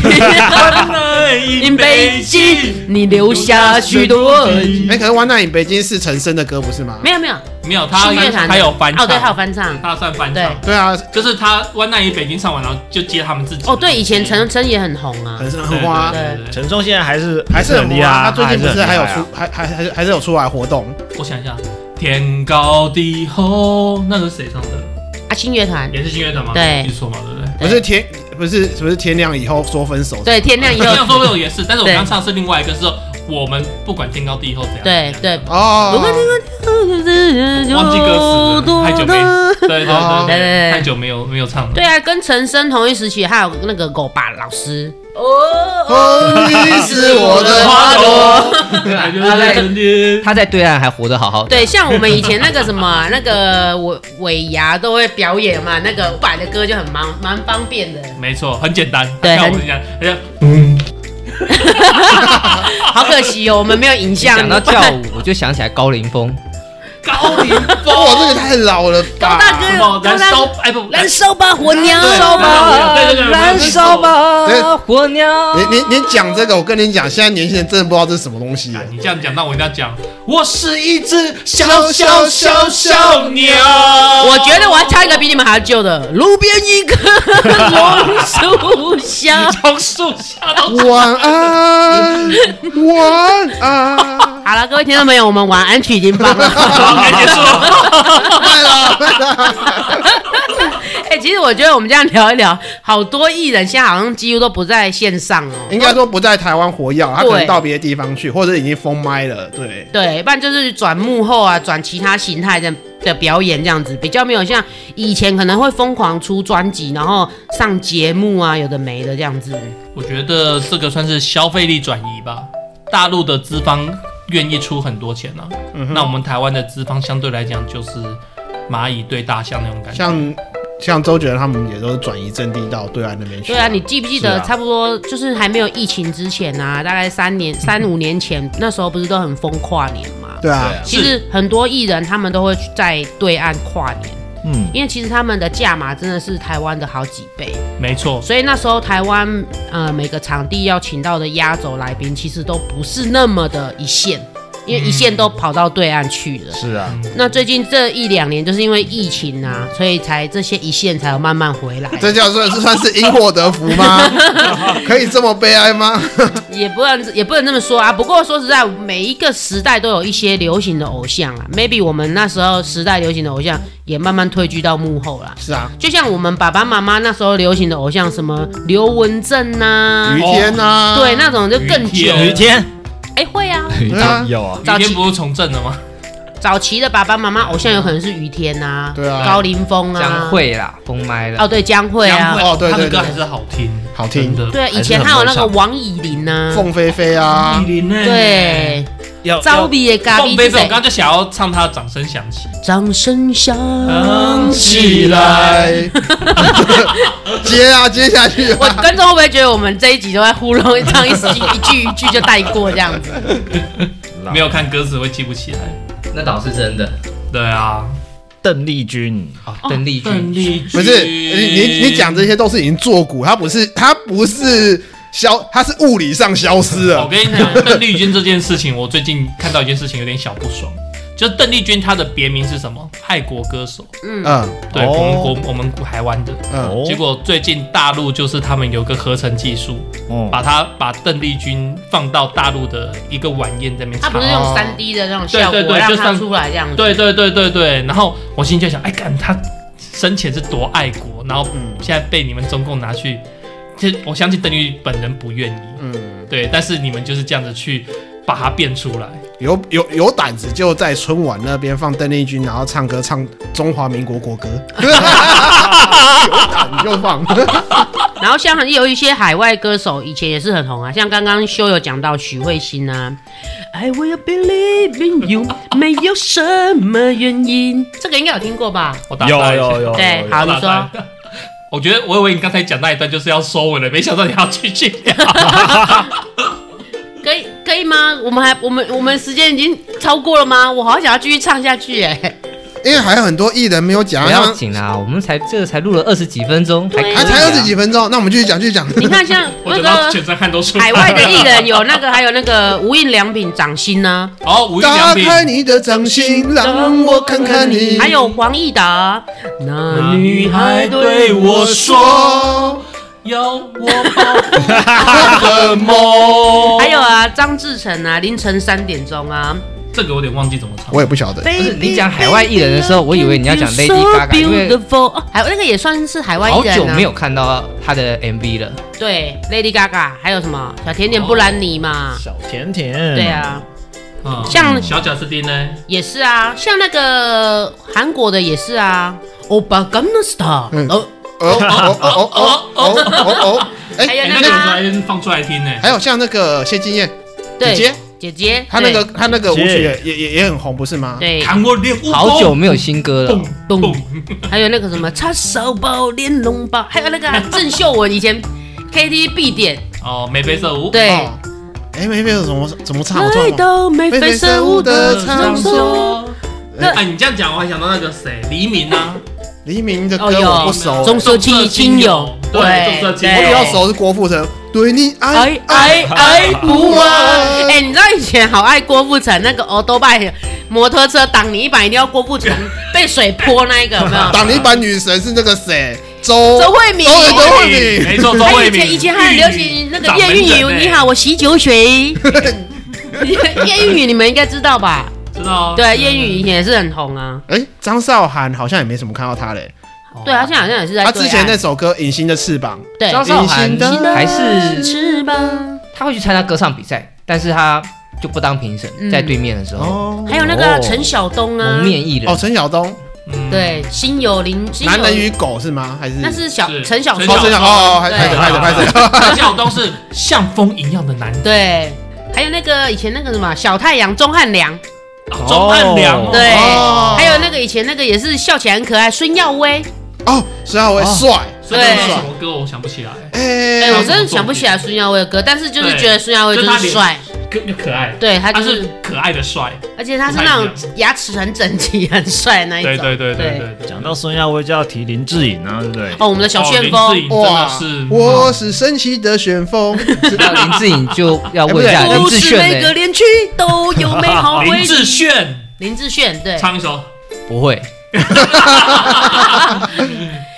Speaker 3: 因 [laughs]
Speaker 1: 因北京，你留下许多痕迹。
Speaker 6: 哎，可是《One Night in 北京》是陈升的歌，不是吗？
Speaker 1: 没有没有，
Speaker 3: 没有他
Speaker 1: 信乐团的
Speaker 3: 他有翻唱，
Speaker 1: 哦，对，还有翻唱。
Speaker 3: 他算翻
Speaker 1: 对
Speaker 3: 唱。
Speaker 6: 对啊，
Speaker 3: 就是他《One Night in 北京》上完，然后就接他们自己的
Speaker 1: 哦，对，以前
Speaker 3: 东西
Speaker 1: 陈升也很红啊。
Speaker 6: 陈升很红啊，
Speaker 1: 对
Speaker 5: 陈松现在还是
Speaker 6: 还是很
Speaker 5: 很
Speaker 6: 红
Speaker 5: 厉害
Speaker 6: 啊。他
Speaker 5: 啊，
Speaker 6: 最近不是还有
Speaker 5: 很厉害啊
Speaker 6: 出，还还还是还是有出来活动。
Speaker 3: 我想一下，天高地厚，那个是谁唱的？
Speaker 1: 啊，新乐团，
Speaker 3: 也是新乐团吗？
Speaker 1: 对
Speaker 3: 你说嘛，对不
Speaker 1: [laughs]
Speaker 3: 对？
Speaker 6: 不是天，不是不是天亮以后说分手。
Speaker 1: 对，天亮以
Speaker 3: [laughs] 这样
Speaker 1: 后，
Speaker 3: 说不也是，但是我
Speaker 1: 对
Speaker 3: 刚唱的是另外一个，是说我们不管天高地厚怎样。
Speaker 1: 对对。
Speaker 6: 哦，
Speaker 1: 我们
Speaker 3: 忘记歌词了太久没对对
Speaker 6: 哦
Speaker 3: 对
Speaker 1: 对对对
Speaker 3: 太久没有没有唱了。
Speaker 1: [laughs] 对啊，跟陈升同一时期，还有那个狗爸老师，
Speaker 6: 哦，你是我的花朵。
Speaker 3: 朵，感觉在春天。
Speaker 4: 他在对岸还活得好好的。
Speaker 1: 对，像我们以前那个什么 [laughs] 那个尾尾牙都会表演嘛，那个伍佰的歌就很蛮蛮方便的， [laughs]
Speaker 3: 没错，很简单。
Speaker 1: 对
Speaker 3: 像我
Speaker 1: 很
Speaker 3: 们讲，哎呀，
Speaker 1: 好可惜哦，我们没有影像。
Speaker 4: 讲到跳舞，我就想起来高凌风，
Speaker 3: 高凌
Speaker 6: 哇，
Speaker 3: 风，
Speaker 6: 哎这个太老了
Speaker 1: 高
Speaker 6: 吧！
Speaker 1: 大哥
Speaker 3: 什
Speaker 1: 有
Speaker 3: 么
Speaker 1: 高
Speaker 3: 燃
Speaker 1: 大
Speaker 3: 烧
Speaker 1: 哥，？
Speaker 3: 哎不，
Speaker 1: 燃烧吧火娘，
Speaker 3: 对对对对对
Speaker 4: 燃烧吧，
Speaker 6: 对
Speaker 4: 火娘。
Speaker 6: 你你你讲这个，我跟你讲，现在年轻人真的不知道这是什么东西。
Speaker 3: 啊你这样讲，那我一定要讲。我是一只小
Speaker 6: 小
Speaker 3: 小小小鸟。我
Speaker 1: [laughs] 我觉得我要挑一个比你们还要旧的，路边一棵
Speaker 3: [laughs]
Speaker 1: 榕树下。
Speaker 3: 从树下到
Speaker 6: 晚安，晚安，
Speaker 1: 好了，各位听众朋友，我们晚安曲已经放
Speaker 3: [laughs]
Speaker 1: 了。
Speaker 3: 床该结束了。
Speaker 6: 拜了拜了。
Speaker 1: [laughs] 哎、其实我觉得我们这样聊一聊，好多艺人现在好像几乎都不在线上哦。
Speaker 6: 应该说不在台湾活跃，他可能
Speaker 1: 对
Speaker 6: 到别的地方去，或者已经封麦了。对，
Speaker 1: 对，不然就是转幕后啊，转其他形态的的表演这样子，比较没有像以前可能会疯狂出专辑，然后上节目啊，有的没的这样子。
Speaker 3: 我觉得这个算是消费力转移吧。大陆的资方愿意出很多钱呢、
Speaker 6: 嗯
Speaker 3: 啊，那我们台湾的资方相对来讲就是蚂蚁对大象那种感觉。
Speaker 6: 像像周杰伦他们也都是转移阵地到对岸那边去。
Speaker 1: 对啊，你记不记
Speaker 5: 是
Speaker 1: 得
Speaker 5: 啊
Speaker 1: 差不多就是还没有疫情之前啊，大概三年、三五年前，那时候不是都很疯跨年嘛？
Speaker 6: 对啊
Speaker 5: 对，啊
Speaker 1: 其实很多艺人他们都会去在对岸跨年，
Speaker 5: 嗯，
Speaker 1: 因为其实他们的价码真的是台湾的好几倍，
Speaker 3: 没错，
Speaker 1: 所以那时候台湾呃每个场地要请到的压轴来宾，其实都不是那么的一线，因为一线都跑到对岸去了。
Speaker 5: 是啊，
Speaker 1: 那最近这一两年，就是因为疫情啊，所以才这些一线才有慢慢回来。
Speaker 6: 这叫算是算是因祸得福吗？可以这么悲哀吗？
Speaker 1: 也不能也不能这么说啊。不过说实在，每一个时代都有一些流行的偶像啊。Maybe 我们那时候时代流行的偶像也慢慢退居到幕后啦。
Speaker 6: 是啊，
Speaker 1: 就像我们爸爸妈妈那时候流行的偶像，什么刘文正呐、
Speaker 6: 于天啊，
Speaker 1: 哦对，那种就更
Speaker 3: 于
Speaker 1: 久。
Speaker 3: 天
Speaker 5: 雨天，
Speaker 1: 哎、会啊，
Speaker 5: 雨
Speaker 6: 对啊
Speaker 5: 天有啊，
Speaker 1: 早
Speaker 3: 雨
Speaker 1: 期
Speaker 3: 天不是从政了吗？那
Speaker 1: 早期的爸爸妈妈偶像有可能是于天呐、
Speaker 6: 对啊
Speaker 1: 高凌风啊，
Speaker 4: 将会啦，封麦了。
Speaker 1: 哦，对，江蕙
Speaker 3: 杨
Speaker 1: 啊
Speaker 3: 贵，
Speaker 6: 哦对
Speaker 3: 他的
Speaker 6: 对
Speaker 3: 歌
Speaker 6: 对
Speaker 3: 还是好听，
Speaker 6: 好听
Speaker 3: 真的。
Speaker 1: 对啊，以前还有那个王以琳呐、
Speaker 6: 凤飞飞啊，
Speaker 3: 林呢
Speaker 1: 对，
Speaker 5: 要
Speaker 1: 招比也嘎
Speaker 3: 凤
Speaker 1: 比
Speaker 3: 飞
Speaker 1: 是
Speaker 3: 飞，我
Speaker 1: 谁
Speaker 3: 刚？刚就想要唱他的《掌声响起》，
Speaker 1: 掌声响
Speaker 3: 啊起来，
Speaker 6: [laughs] 接啊，接下去
Speaker 1: 我
Speaker 6: 啊，
Speaker 1: 观众会不会觉得我们这一集都在糊弄唱一句一句一句就带过这样子？
Speaker 5: 要
Speaker 3: 没有看歌词会记不起来。
Speaker 4: 那倒是真的。
Speaker 3: 对啊，
Speaker 5: 邓丽君，
Speaker 4: 啊，邓丽君，
Speaker 3: 丽
Speaker 6: 不是你你你讲这些都是已经做古，他不是他不是消，他是物理上消失
Speaker 3: 我
Speaker 5: 啊
Speaker 6: 了。
Speaker 3: 跟你讲，邓丽君这件事情，我最近看到一件事情，有点小不爽。就是邓丽君她的别名是什么？爱国歌手。
Speaker 6: 嗯
Speaker 3: 对，
Speaker 5: 哦
Speaker 3: 我们国我们台湾的。
Speaker 6: 嗯，
Speaker 5: 哦
Speaker 3: 结果最近大陆就是他们有个合成技术，
Speaker 5: 哦，
Speaker 3: 把她把邓丽君放到大陆的一个晚宴在那边
Speaker 1: 他
Speaker 3: 唱
Speaker 1: 不。是用三 D 的那种效果
Speaker 3: 对对对
Speaker 1: 让
Speaker 3: 就
Speaker 1: 它
Speaker 3: 上
Speaker 1: 出来这样子？
Speaker 3: 对对对对对。然后我心里就想，哎，干她生前是多爱国，然后
Speaker 5: 嗯
Speaker 3: 现在被你们中共拿去，这我相信邓丽君本人不愿意。
Speaker 6: 嗯，
Speaker 3: 对，但是你们就是这样子去把它变出来。
Speaker 6: 有有有胆子就在春晚那边放邓丽君，然后唱歌唱中华民国国歌，有胆就放。 [laughs]
Speaker 1: 然后像有一些海外歌手以前也是很红啊，像刚刚修有讲到许慧欣啊，I will believe in you，没有什么原因，这个应该有听过吧？
Speaker 3: [laughs] 我打
Speaker 5: 有
Speaker 3: 岔一下
Speaker 5: 有有，
Speaker 1: 对
Speaker 5: 有
Speaker 1: 好你
Speaker 3: 打岔一下 [laughs] 我觉得我以为你刚才讲那一段就是要收尾了，没想到你要去
Speaker 1: [laughs]
Speaker 3: 去掉。
Speaker 1: 可以可以吗？我们还我们我们时间已经超过了吗？我好想要继续唱下去哎、 [laughs]
Speaker 6: 因为还有很多艺人没有讲，
Speaker 4: 不
Speaker 6: 像
Speaker 4: 要紧啦，我们才这个才录了二十几分钟，还
Speaker 1: 对啊
Speaker 6: 还
Speaker 4: 可以
Speaker 6: 才
Speaker 4: 啊
Speaker 6: 二十几分钟，那我们继续讲，继续讲。
Speaker 1: 你看像那
Speaker 3: 我觉得
Speaker 1: 个
Speaker 3: 全身汗都出来
Speaker 1: 海
Speaker 3: 了。
Speaker 1: 外的艺人有那个，还有那个无印良品掌心啊呢、
Speaker 3: 哦，无印
Speaker 6: 打
Speaker 3: 良品，
Speaker 6: 开你的掌心，让我看看你。
Speaker 1: 还有黄义达。那女孩对
Speaker 3: 对
Speaker 1: 我
Speaker 3: 我
Speaker 1: 说，
Speaker 6: 说，
Speaker 3: 要我抱的梦。
Speaker 1: 还有啊，张志成啊，凌晨三点钟啊，
Speaker 3: 这个我有点忘记怎么唱。
Speaker 6: 我也不晓得。
Speaker 1: 不
Speaker 4: 不是你讲海外艺人的时候，我以为你要讲 Lady Gaga，因为
Speaker 1: beautiful，哦还有那个也算是海外艺
Speaker 4: 好
Speaker 1: 人、啊，
Speaker 4: 久没有看到她的 MV 了。
Speaker 1: 对 Lady Gaga，还有什么小甜甜布兰妮嘛，
Speaker 5: 小甜甜，
Speaker 6: 哦
Speaker 1: 对，啊，
Speaker 3: 嗯
Speaker 1: 像
Speaker 3: 小贾斯汀呢？
Speaker 1: 也是啊，像那个韩国的也是啊，欧巴 g a n s t a
Speaker 6: 嗯
Speaker 1: 哦，
Speaker 6: 哦哦哦哦哦哦哦！
Speaker 1: 还
Speaker 6: 哎，
Speaker 1: 有
Speaker 3: 哎，
Speaker 1: 那
Speaker 3: 那
Speaker 1: 个
Speaker 3: 个我
Speaker 1: 啊
Speaker 3: 昨天放出来听呢。
Speaker 6: 还有像那个谢金燕姐
Speaker 1: 对
Speaker 6: 姐，
Speaker 1: 姐姐，
Speaker 6: 她那个她那个舞曲也也也也很红，不是吗？
Speaker 1: 对，
Speaker 3: 看我练武功
Speaker 4: 好久没有新歌了
Speaker 3: 蹦，
Speaker 1: 咚
Speaker 3: 蹦，
Speaker 1: 还有那个什么叉烧包、莲蓉包，还有那
Speaker 6: [laughs]
Speaker 1: 个啊郑秀文以前 K T V 必点，
Speaker 3: 哦，眉飞色舞。
Speaker 1: 对，
Speaker 6: 哦。哎，没没有怎么怎么唱，我
Speaker 1: 来
Speaker 6: 唱吗？
Speaker 1: 到眉飞色舞的
Speaker 6: 眉
Speaker 1: 场
Speaker 6: 飞色舞的场
Speaker 1: 所。那
Speaker 3: 哦哎，你这样讲，我还想到那个谁，黎明啊，
Speaker 6: 黎明的歌
Speaker 1: 哦有
Speaker 6: 我不熟，
Speaker 1: 中
Speaker 6: 我
Speaker 1: 色青亲友，
Speaker 3: 对，重色轻
Speaker 1: 对
Speaker 6: 比
Speaker 3: 友
Speaker 6: 较熟是郭富城。对你爱
Speaker 1: 哎
Speaker 6: [laughs]
Speaker 1: 哎哎不
Speaker 6: 不
Speaker 1: 啊！
Speaker 6: 爱
Speaker 1: 哎，你知道以前好爱郭富城那个欧多拜摩托车挡你一把，一定要郭
Speaker 6: [laughs]
Speaker 1: 富城被水泼那一个有没有？
Speaker 6: 挡泥板女神是那个谁？周
Speaker 1: 周慧敏
Speaker 6: 周慧周慧
Speaker 3: 没
Speaker 6: 敏，
Speaker 3: 错，周
Speaker 1: 还有
Speaker 3: 慧
Speaker 1: 以前
Speaker 3: 敏。
Speaker 1: 哎以前还很流行那个叶蕴
Speaker 3: 掌门
Speaker 1: 仪，
Speaker 3: 人
Speaker 1: 你
Speaker 3: 欸
Speaker 1: 好，，我喜酒
Speaker 6: [laughs]
Speaker 1: 水。叶蕴仪你们应该知道吧？
Speaker 3: 知道
Speaker 6: 哦
Speaker 3: 啊。
Speaker 1: 对，叶蕴仪也是很红啊。
Speaker 6: 哎，张韶涵好像也没什么看到她嘞。
Speaker 3: 哦
Speaker 1: 对，他现在好像也是在
Speaker 6: 她
Speaker 1: 对啊
Speaker 6: 之前那
Speaker 1: 岸
Speaker 6: 首歌《隐形的翅膀》，
Speaker 1: 对
Speaker 4: 张韶涵
Speaker 6: 隐形的
Speaker 4: 还是
Speaker 1: 翅膀，
Speaker 4: 她会去参加歌唱比赛，但是她就不当评审
Speaker 1: 嗯，
Speaker 4: 在对面的时候，
Speaker 6: 哦
Speaker 1: 还有那个陈晓东啊
Speaker 4: 蒙，面艺
Speaker 6: 哦，
Speaker 4: 人，
Speaker 6: 陈晓东，
Speaker 3: 嗯，
Speaker 1: 对，心有灵，心有
Speaker 6: 男人与狗是吗？还是
Speaker 1: 那是小
Speaker 3: 是
Speaker 1: 陈小
Speaker 3: 陈
Speaker 6: 哦，
Speaker 1: 春
Speaker 6: 陈晓哦，哦还
Speaker 1: 对
Speaker 6: 拍着拍着拍着，
Speaker 3: 陈晓东是像风一样的男人，
Speaker 1: 对，还有那个以前那个什么啊小太阳钟汉良，
Speaker 3: 钟汉良哦
Speaker 1: 对，
Speaker 6: 哦
Speaker 1: 还有那个以前那个也是笑起来很可爱孙耀威，
Speaker 6: 哦，孙耀威
Speaker 4: 哦
Speaker 6: 帅，
Speaker 3: 所以那
Speaker 1: 对
Speaker 3: 什么歌我想不起来，
Speaker 6: 哎、
Speaker 1: 哎，我真的想不起来孙耀威的歌，但是就是觉得孙耀威就是帅，
Speaker 3: 可又可爱，
Speaker 1: 对他
Speaker 3: 他
Speaker 1: 就是
Speaker 3: 是，可爱的帅，
Speaker 1: 而且他是那种牙齿很整齐、很帅的那一种。
Speaker 3: 对对对对对对。
Speaker 5: 讲到孙耀威就要提林志颖啊，对不对？
Speaker 1: 哦，我们的小旋
Speaker 3: 哦
Speaker 1: 风
Speaker 3: 林志颖真的是
Speaker 6: 我是神奇的旋风，知道
Speaker 4: 那林志颖就要问一下啊林
Speaker 1: 都
Speaker 4: 志
Speaker 1: 市每
Speaker 4: 炫欸
Speaker 1: 个
Speaker 4: 呢？
Speaker 1: 园区都有美好回
Speaker 3: 嗯 [laughs] 林志
Speaker 1: 忆。
Speaker 3: 炫
Speaker 1: 林志炫，对，
Speaker 3: 唱一
Speaker 1: [laughs]
Speaker 3: 首
Speaker 4: 不会，
Speaker 3: 什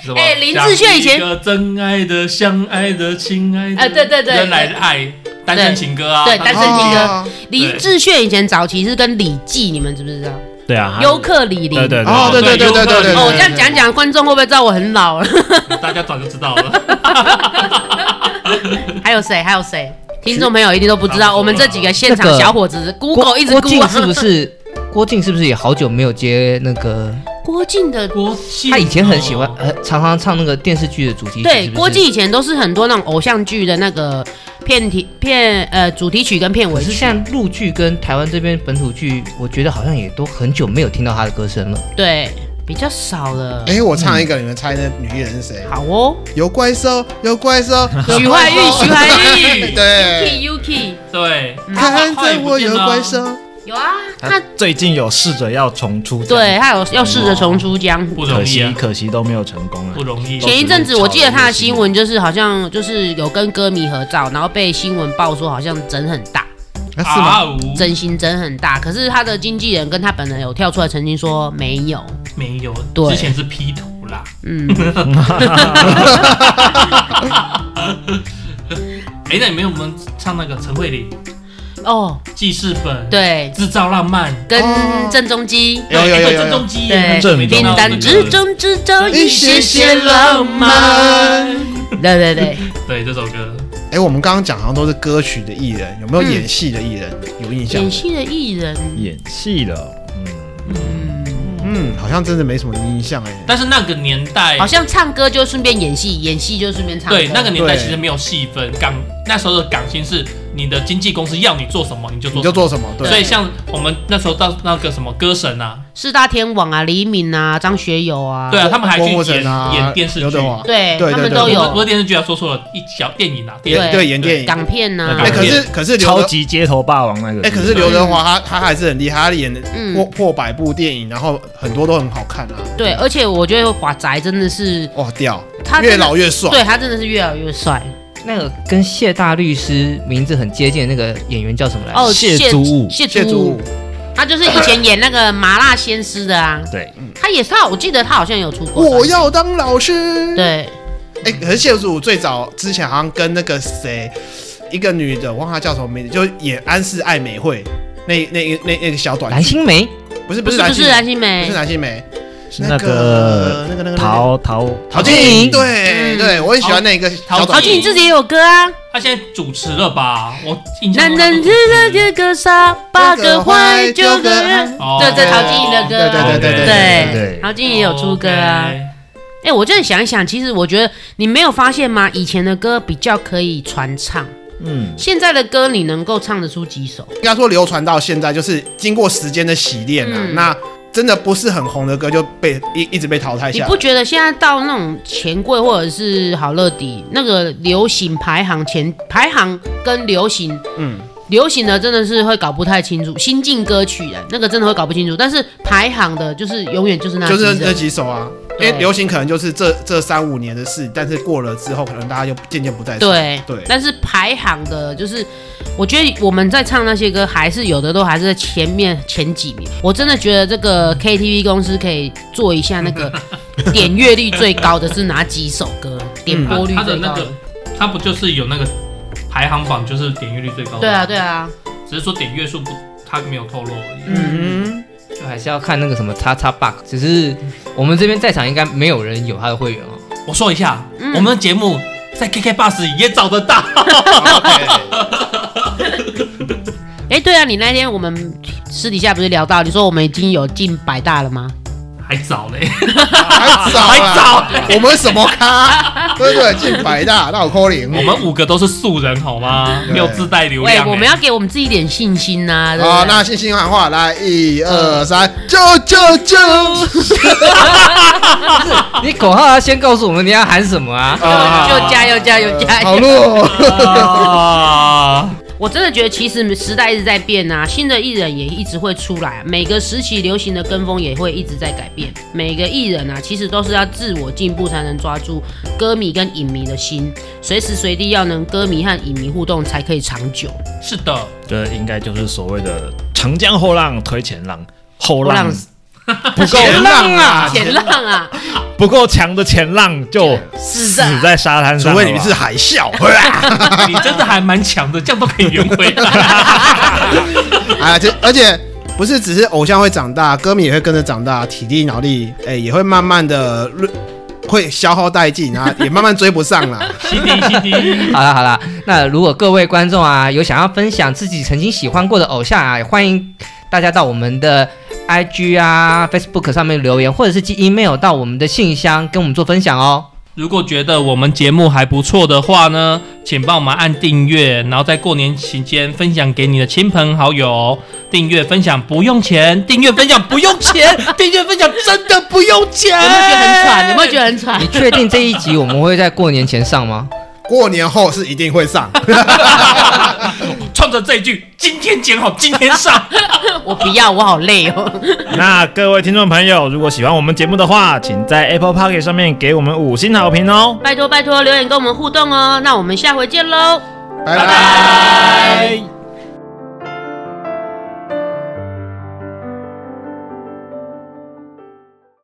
Speaker 3: 么？
Speaker 1: 哎林志炫以前
Speaker 3: 讲一个真爱的、相爱的、亲爱的，
Speaker 1: 哎对对对
Speaker 3: 原来的爱，单身情歌啊，
Speaker 1: 对
Speaker 3: 他们
Speaker 1: 单身情歌
Speaker 6: 哦
Speaker 1: 林志炫以前早期是跟李记，你们知不知道？
Speaker 5: 对啊，
Speaker 1: 尤克里里。
Speaker 5: 对对
Speaker 6: 哦，对对对对对对，
Speaker 1: 哦，我这样讲讲，观众会不会知道我很老了？
Speaker 3: 大家早就知
Speaker 1: [laughs]
Speaker 3: 道了。
Speaker 1: 还有谁？还有谁？听众朋友一定都不知道，我们这几个现
Speaker 4: 啊那
Speaker 1: 场
Speaker 4: 个
Speaker 1: 小伙子
Speaker 4: 郭
Speaker 1: ，Google 一直
Speaker 4: 郭
Speaker 1: g
Speaker 4: 靖是不是？郭靖是不是也好久没有接那个？
Speaker 1: [laughs] 郭靖的
Speaker 3: 郭靖，
Speaker 4: 他以前很喜欢，呃，常常唱那个电视剧的主题曲。
Speaker 1: 对，
Speaker 4: 是不是
Speaker 1: 郭靖以前都是很多那种偶像剧的那个片题片呃主题曲跟片
Speaker 4: 可
Speaker 1: 尾
Speaker 4: 是
Speaker 1: 曲，
Speaker 4: 像陆剧跟台湾这边本土剧，我觉得好像也都很久没有听到他的歌声了。
Speaker 1: 对，比较少了。
Speaker 6: 哎、我唱一个，你们猜那女艺人是谁？
Speaker 1: 好
Speaker 4: [laughs]
Speaker 1: 哦，
Speaker 6: 有怪兽，有怪兽，
Speaker 1: [laughs] 徐怀钰，徐怀
Speaker 4: [laughs]
Speaker 1: 钰
Speaker 6: 对，
Speaker 1: ，Yuki Yuki，
Speaker 3: 对，
Speaker 1: 嗯
Speaker 6: 看着我有怪兽，
Speaker 1: 有啊，
Speaker 5: 他
Speaker 1: 他
Speaker 5: 最近有试着要重出，
Speaker 1: 对，他有要试着重出江湖。
Speaker 3: 不容
Speaker 5: 可
Speaker 3: 易
Speaker 5: 惜
Speaker 3: 啊，
Speaker 5: 可惜都没有成功啊
Speaker 3: 不。容易。
Speaker 1: 前一阵子我记得他的新闻就是好像就是有跟歌迷合照，然后被新闻爆说好像整很大，
Speaker 6: 啊是吗？
Speaker 3: 啊呜，
Speaker 1: 真心整很大。可是他的经纪人跟他本人有跳出来澄清说没有，
Speaker 3: 没有，
Speaker 1: 对
Speaker 3: 之前是 P 图啦，
Speaker 1: 嗯，
Speaker 3: 哎，那你们有没有唱那个陈慧琳
Speaker 1: 哦，
Speaker 3: 记事本？，
Speaker 1: 对，
Speaker 3: 制造浪漫。哎
Speaker 1: 跟
Speaker 6: 哦
Speaker 1: 郑中基。
Speaker 6: 有有有有有
Speaker 3: 郑中基也
Speaker 1: 对
Speaker 3: 很久没
Speaker 5: 郑
Speaker 3: 听
Speaker 5: 中
Speaker 1: 平
Speaker 3: 到那
Speaker 5: 基
Speaker 1: 淡
Speaker 3: 个
Speaker 1: 之中只找一些些浪漫。
Speaker 6: 漫。
Speaker 1: 对对对，
Speaker 3: 对这首歌，
Speaker 6: 哎、我们刚刚讲好像都是歌曲的艺人，有没有演戏的艺人、有印象
Speaker 1: 演？戏的艺人，
Speaker 5: 演戏了，嗯，
Speaker 6: 嗯，好像真的没什么印象哎、
Speaker 3: 但是那个年代
Speaker 1: 好像唱歌就顺便演戏，演戏就顺便唱歌。
Speaker 3: 对，那个年代
Speaker 6: 对
Speaker 3: 其实没有细分，港那时候的港星是你的经纪公司要你做什么你就做
Speaker 6: 你
Speaker 3: 什
Speaker 6: 就
Speaker 3: 么。
Speaker 6: 做什么？对，
Speaker 3: 所以像我们那时候到那个什么歌神啊，
Speaker 1: 四大天王啊，黎明啊，张学友啊，
Speaker 3: 对啊，他们还去
Speaker 6: 郭富
Speaker 3: 演
Speaker 6: 城啊，
Speaker 3: 演电视剧
Speaker 6: 刘，德华，
Speaker 1: 对
Speaker 6: 对
Speaker 1: 他们
Speaker 6: 对
Speaker 1: 都
Speaker 6: 对
Speaker 3: 不是不是
Speaker 1: 有
Speaker 3: 电视剧啊，说错了，一小电影啊，电
Speaker 1: 对
Speaker 6: 演对演电影。
Speaker 1: 港片啊呐
Speaker 5: 那
Speaker 6: 哎、
Speaker 5: 个
Speaker 6: 可是可是刘
Speaker 5: 超
Speaker 6: 德，
Speaker 5: 级街头霸王那个。
Speaker 6: 哎、可是刘德华他他还是很厉害，他演的
Speaker 1: 嗯
Speaker 6: 破破百部电影，然后很多都很好看啊，
Speaker 1: 对，而且我觉得华仔真的是
Speaker 6: 哇屌，
Speaker 1: 他真
Speaker 6: 越
Speaker 1: 的
Speaker 6: 老越帅。
Speaker 1: 对他真的是越来越帅
Speaker 4: 那个跟谢大律师名字很接近的那个演员叫什么来着？
Speaker 1: 哦。
Speaker 5: 谢祖武
Speaker 1: 谢
Speaker 6: 谢祖
Speaker 1: 祖武
Speaker 6: 武，，
Speaker 1: 他就是以前演那个麻辣鲜师的啊，
Speaker 5: 对，
Speaker 1: 他也是他，我记得他好像有出过专辑。
Speaker 6: 我要当老师。，
Speaker 1: 对，
Speaker 6: 哎、可是谢祖武最早之前好像跟那个谁，一个女的，我忘了她叫什么名字，就演安室爱美惠那那那那个小短
Speaker 4: 蓝
Speaker 6: 剧，
Speaker 4: 心湄，
Speaker 6: 不是
Speaker 1: 不
Speaker 6: 不
Speaker 1: 是不
Speaker 6: 是蓝心
Speaker 1: 是
Speaker 6: 湄
Speaker 1: 蓝心
Speaker 6: 不是
Speaker 1: 湄，
Speaker 6: 蓝心湄，
Speaker 5: 是那个
Speaker 6: 那个那个
Speaker 5: 陶陶
Speaker 6: 陶
Speaker 5: 晶
Speaker 6: 晶
Speaker 5: 莹
Speaker 6: 莹，对
Speaker 1: 嗯
Speaker 6: 对，我很喜欢那个小
Speaker 3: 陶
Speaker 1: 陶
Speaker 6: 短
Speaker 1: 晶
Speaker 6: 剧
Speaker 1: 莹自己也有歌啊。
Speaker 3: 他现在主持了吧？我印象
Speaker 1: 男
Speaker 3: 中
Speaker 1: 人只了
Speaker 3: 他主持
Speaker 1: 这个傻，八个坏九个人。
Speaker 3: 哦
Speaker 1: 对，这陶晶莹的歌啊，
Speaker 6: 对哦对对对
Speaker 5: 对
Speaker 1: 对
Speaker 5: 对
Speaker 1: 陶晶莹也有出歌啊。
Speaker 3: 哦 OK
Speaker 1: 哎，我真的想一想，其实我觉得你没有发现吗？以前的歌比较可以传唱，
Speaker 5: 嗯，
Speaker 1: 现在的歌你能够唱得出几首？
Speaker 6: 应该说流传到现在，就是经过时间的洗练啊，
Speaker 1: 嗯
Speaker 6: 那真的不是很红的歌就被一一直被淘汰
Speaker 1: 你
Speaker 6: 下来
Speaker 1: 不。觉得现在到那种钱柜或者是好乐迪那个流行排行前排行跟流行
Speaker 6: 嗯，
Speaker 1: 流行的真的是会搞不太清楚，新进歌曲啊的那个真的会搞不清楚，但是排行的就是永远就是那几
Speaker 6: 就是
Speaker 1: 首
Speaker 6: 那几首啊，因
Speaker 1: 对
Speaker 6: 为流行可能就是这这三五年的事，但是过了之后，可能大家就渐渐不再唱。
Speaker 1: 对
Speaker 6: 对
Speaker 1: 但是排行的，就是我觉得我们在唱那些歌，还是有的都还是在前面前几名。我真的觉得这个 KTV 公司可以做一下那
Speaker 6: [laughs]
Speaker 1: 个点阅率最高的是哪几首歌，点播率
Speaker 3: 嗯他的
Speaker 1: 最
Speaker 3: 那
Speaker 1: 高的。
Speaker 3: 个，他不就是有那个排行榜，就是点阅率最高的？
Speaker 1: 对啊，对，啊，
Speaker 3: 只是说点阅数不，他没有透露而已。
Speaker 6: 嗯，
Speaker 4: 就还是要看那个什么叉叉 bug。只是我们这边在场应该没有人有他的会员哦。
Speaker 3: 我说一下，
Speaker 1: 嗯
Speaker 3: 我们的节目在 KK Bus 也找
Speaker 1: [laughs]
Speaker 3: 得到。
Speaker 6: 啊
Speaker 1: 哎，对啊，你那天我们私底下不是聊到，你说我们已经有近百大了吗？
Speaker 3: 还早
Speaker 1: [laughs]
Speaker 3: 嘞，
Speaker 6: 还
Speaker 1: 啊
Speaker 6: 早啦，我们什么咖，对不对？进百大，那我扣零。
Speaker 3: 我们五个都是素人好吗？
Speaker 6: 对
Speaker 3: 没有自带流
Speaker 1: 喂，
Speaker 3: 量、欸
Speaker 1: 我们要给我们自己一点信心呐、对不对啊
Speaker 6: 好，欸啊那信心喊话，来，一二三，救救救！
Speaker 4: 你口号要先告诉我们你要喊什么
Speaker 1: 哦
Speaker 4: 啊？
Speaker 6: 啊
Speaker 1: 就加油加油加油！
Speaker 6: 好弱，
Speaker 5: 嗯
Speaker 6: [laughs]
Speaker 3: 啊，
Speaker 1: [laughs] 我真的觉得，其实时代一直在变啊，新的艺人也一直会出来，啊每个时期流行的跟风也会一直在改变。每个艺人啊，其实都是要自我进步，才能抓住歌迷跟影迷的心，随时随地要能歌迷和影迷互动，才可以长久。
Speaker 3: 是的， [laughs]
Speaker 5: 这应该就是所谓的长江后浪推前浪，后
Speaker 1: 后
Speaker 5: 浪
Speaker 1: 浪
Speaker 5: 不够
Speaker 6: 浪啊
Speaker 1: 前浪啊，
Speaker 5: 不够强的前浪就死
Speaker 6: 啊
Speaker 5: 在沙滩上
Speaker 6: [laughs] 除
Speaker 5: 了吧。啊
Speaker 6: 非你们是海 [laughs] 啸。
Speaker 3: 你真的还蛮强的，这样都可以圆回
Speaker 1: [laughs]
Speaker 3: 来。
Speaker 6: 啊，这而且不是只是偶像会长大，歌迷也会跟着长大，体力脑力，哎、也会慢慢的会消耗殆尽啊，也慢慢追不上了。
Speaker 3: 西迪西迪，
Speaker 4: [laughs] 好啦好啦，那如果各位观众啊有想要分享自己曾经喜欢过的偶像啊，也欢迎大家到我们的 IG 啊、Facebook 上面留言，或者是寄 email 到我们的信箱跟我们做分享哦。
Speaker 3: 如果觉得我们节目还不错的话呢，请帮我们按订阅，然后在过年期间分享给你的亲朋好友。订阅分享不用钱，订阅分享不用钱， [laughs] 订阅分享真的不用钱。
Speaker 1: 有没有觉得很喘？有没有觉得很喘
Speaker 4: 你？确定这一集我们会在过年前上吗？
Speaker 6: 过年后是一定会上，
Speaker 3: 冲着这一句，今天剪好，今天上。
Speaker 1: 我不要，我好累哦。
Speaker 5: [laughs] 那各位听众朋友，如果喜欢我们节目的话，请在 Apple p o c k e t 上面给我们五星好评哦。
Speaker 1: 拜托拜托，留言跟我们互动哦。那我们下回见喽。
Speaker 6: 拜拜